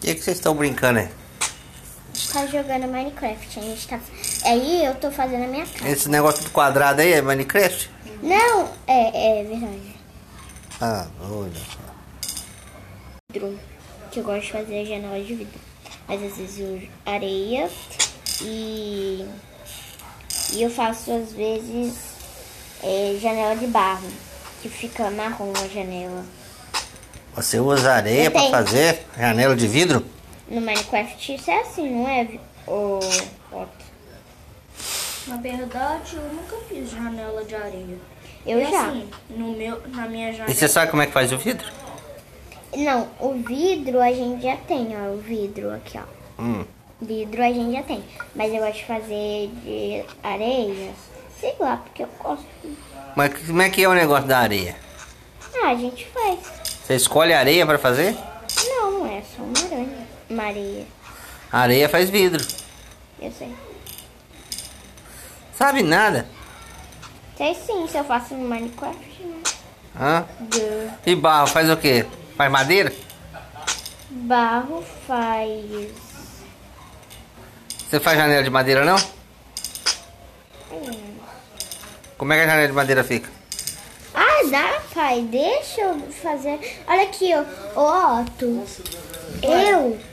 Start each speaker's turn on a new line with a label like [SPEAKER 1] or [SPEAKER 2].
[SPEAKER 1] que, que vocês estão brincando aí?
[SPEAKER 2] Tá jogando Minecraft, a gente tá. Aí eu tô fazendo a minha casa.
[SPEAKER 1] Esse negócio do quadrado aí é Minecraft?
[SPEAKER 2] Não, é, é verdade.
[SPEAKER 1] Ah, olha só.
[SPEAKER 2] Vidro. Que eu gosto de fazer janela de vidro. Mas às vezes eu uso areia e. E eu faço às vezes é, janela de barro. Que fica marrom a janela.
[SPEAKER 1] Você usa areia
[SPEAKER 2] Eu
[SPEAKER 1] pra
[SPEAKER 2] tenho.
[SPEAKER 1] fazer janela de vidro?
[SPEAKER 2] No Minecraft isso é assim, não é? O Otto.
[SPEAKER 3] Na verdade, eu nunca fiz janela de areia.
[SPEAKER 2] Eu
[SPEAKER 3] E
[SPEAKER 2] já.
[SPEAKER 3] assim, no meu, na minha
[SPEAKER 1] E
[SPEAKER 3] janela.
[SPEAKER 1] você sabe como é que faz o vidro?
[SPEAKER 2] Não, o vidro a gente já tem, ó. O vidro aqui, ó.
[SPEAKER 1] Hum.
[SPEAKER 2] Vidro a gente já tem. Mas eu gosto de fazer de areia. Sei lá, porque eu gosto.
[SPEAKER 1] Mas que- como é que é o negócio da areia?
[SPEAKER 2] Ah, a gente faz.
[SPEAKER 1] Você escolhe areia pra fazer?
[SPEAKER 2] Não, não é só uma aranha. Uma areia.
[SPEAKER 1] A areia faz vidro.
[SPEAKER 2] Eu sei.
[SPEAKER 1] Sabe nada.
[SPEAKER 2] Sei sim, é se eu faço no Minecraft, né?
[SPEAKER 1] Hã?
[SPEAKER 2] Do
[SPEAKER 1] E barro faz o quê? Faz madeira?
[SPEAKER 2] barro faz.
[SPEAKER 1] Você faz janela de madeira não?
[SPEAKER 2] Hum.
[SPEAKER 1] Como é que a janela de madeira fica?
[SPEAKER 2] Ah, dá, pai. Deixa eu fazer. Olha aqui, ó. Ô, Otto. Eu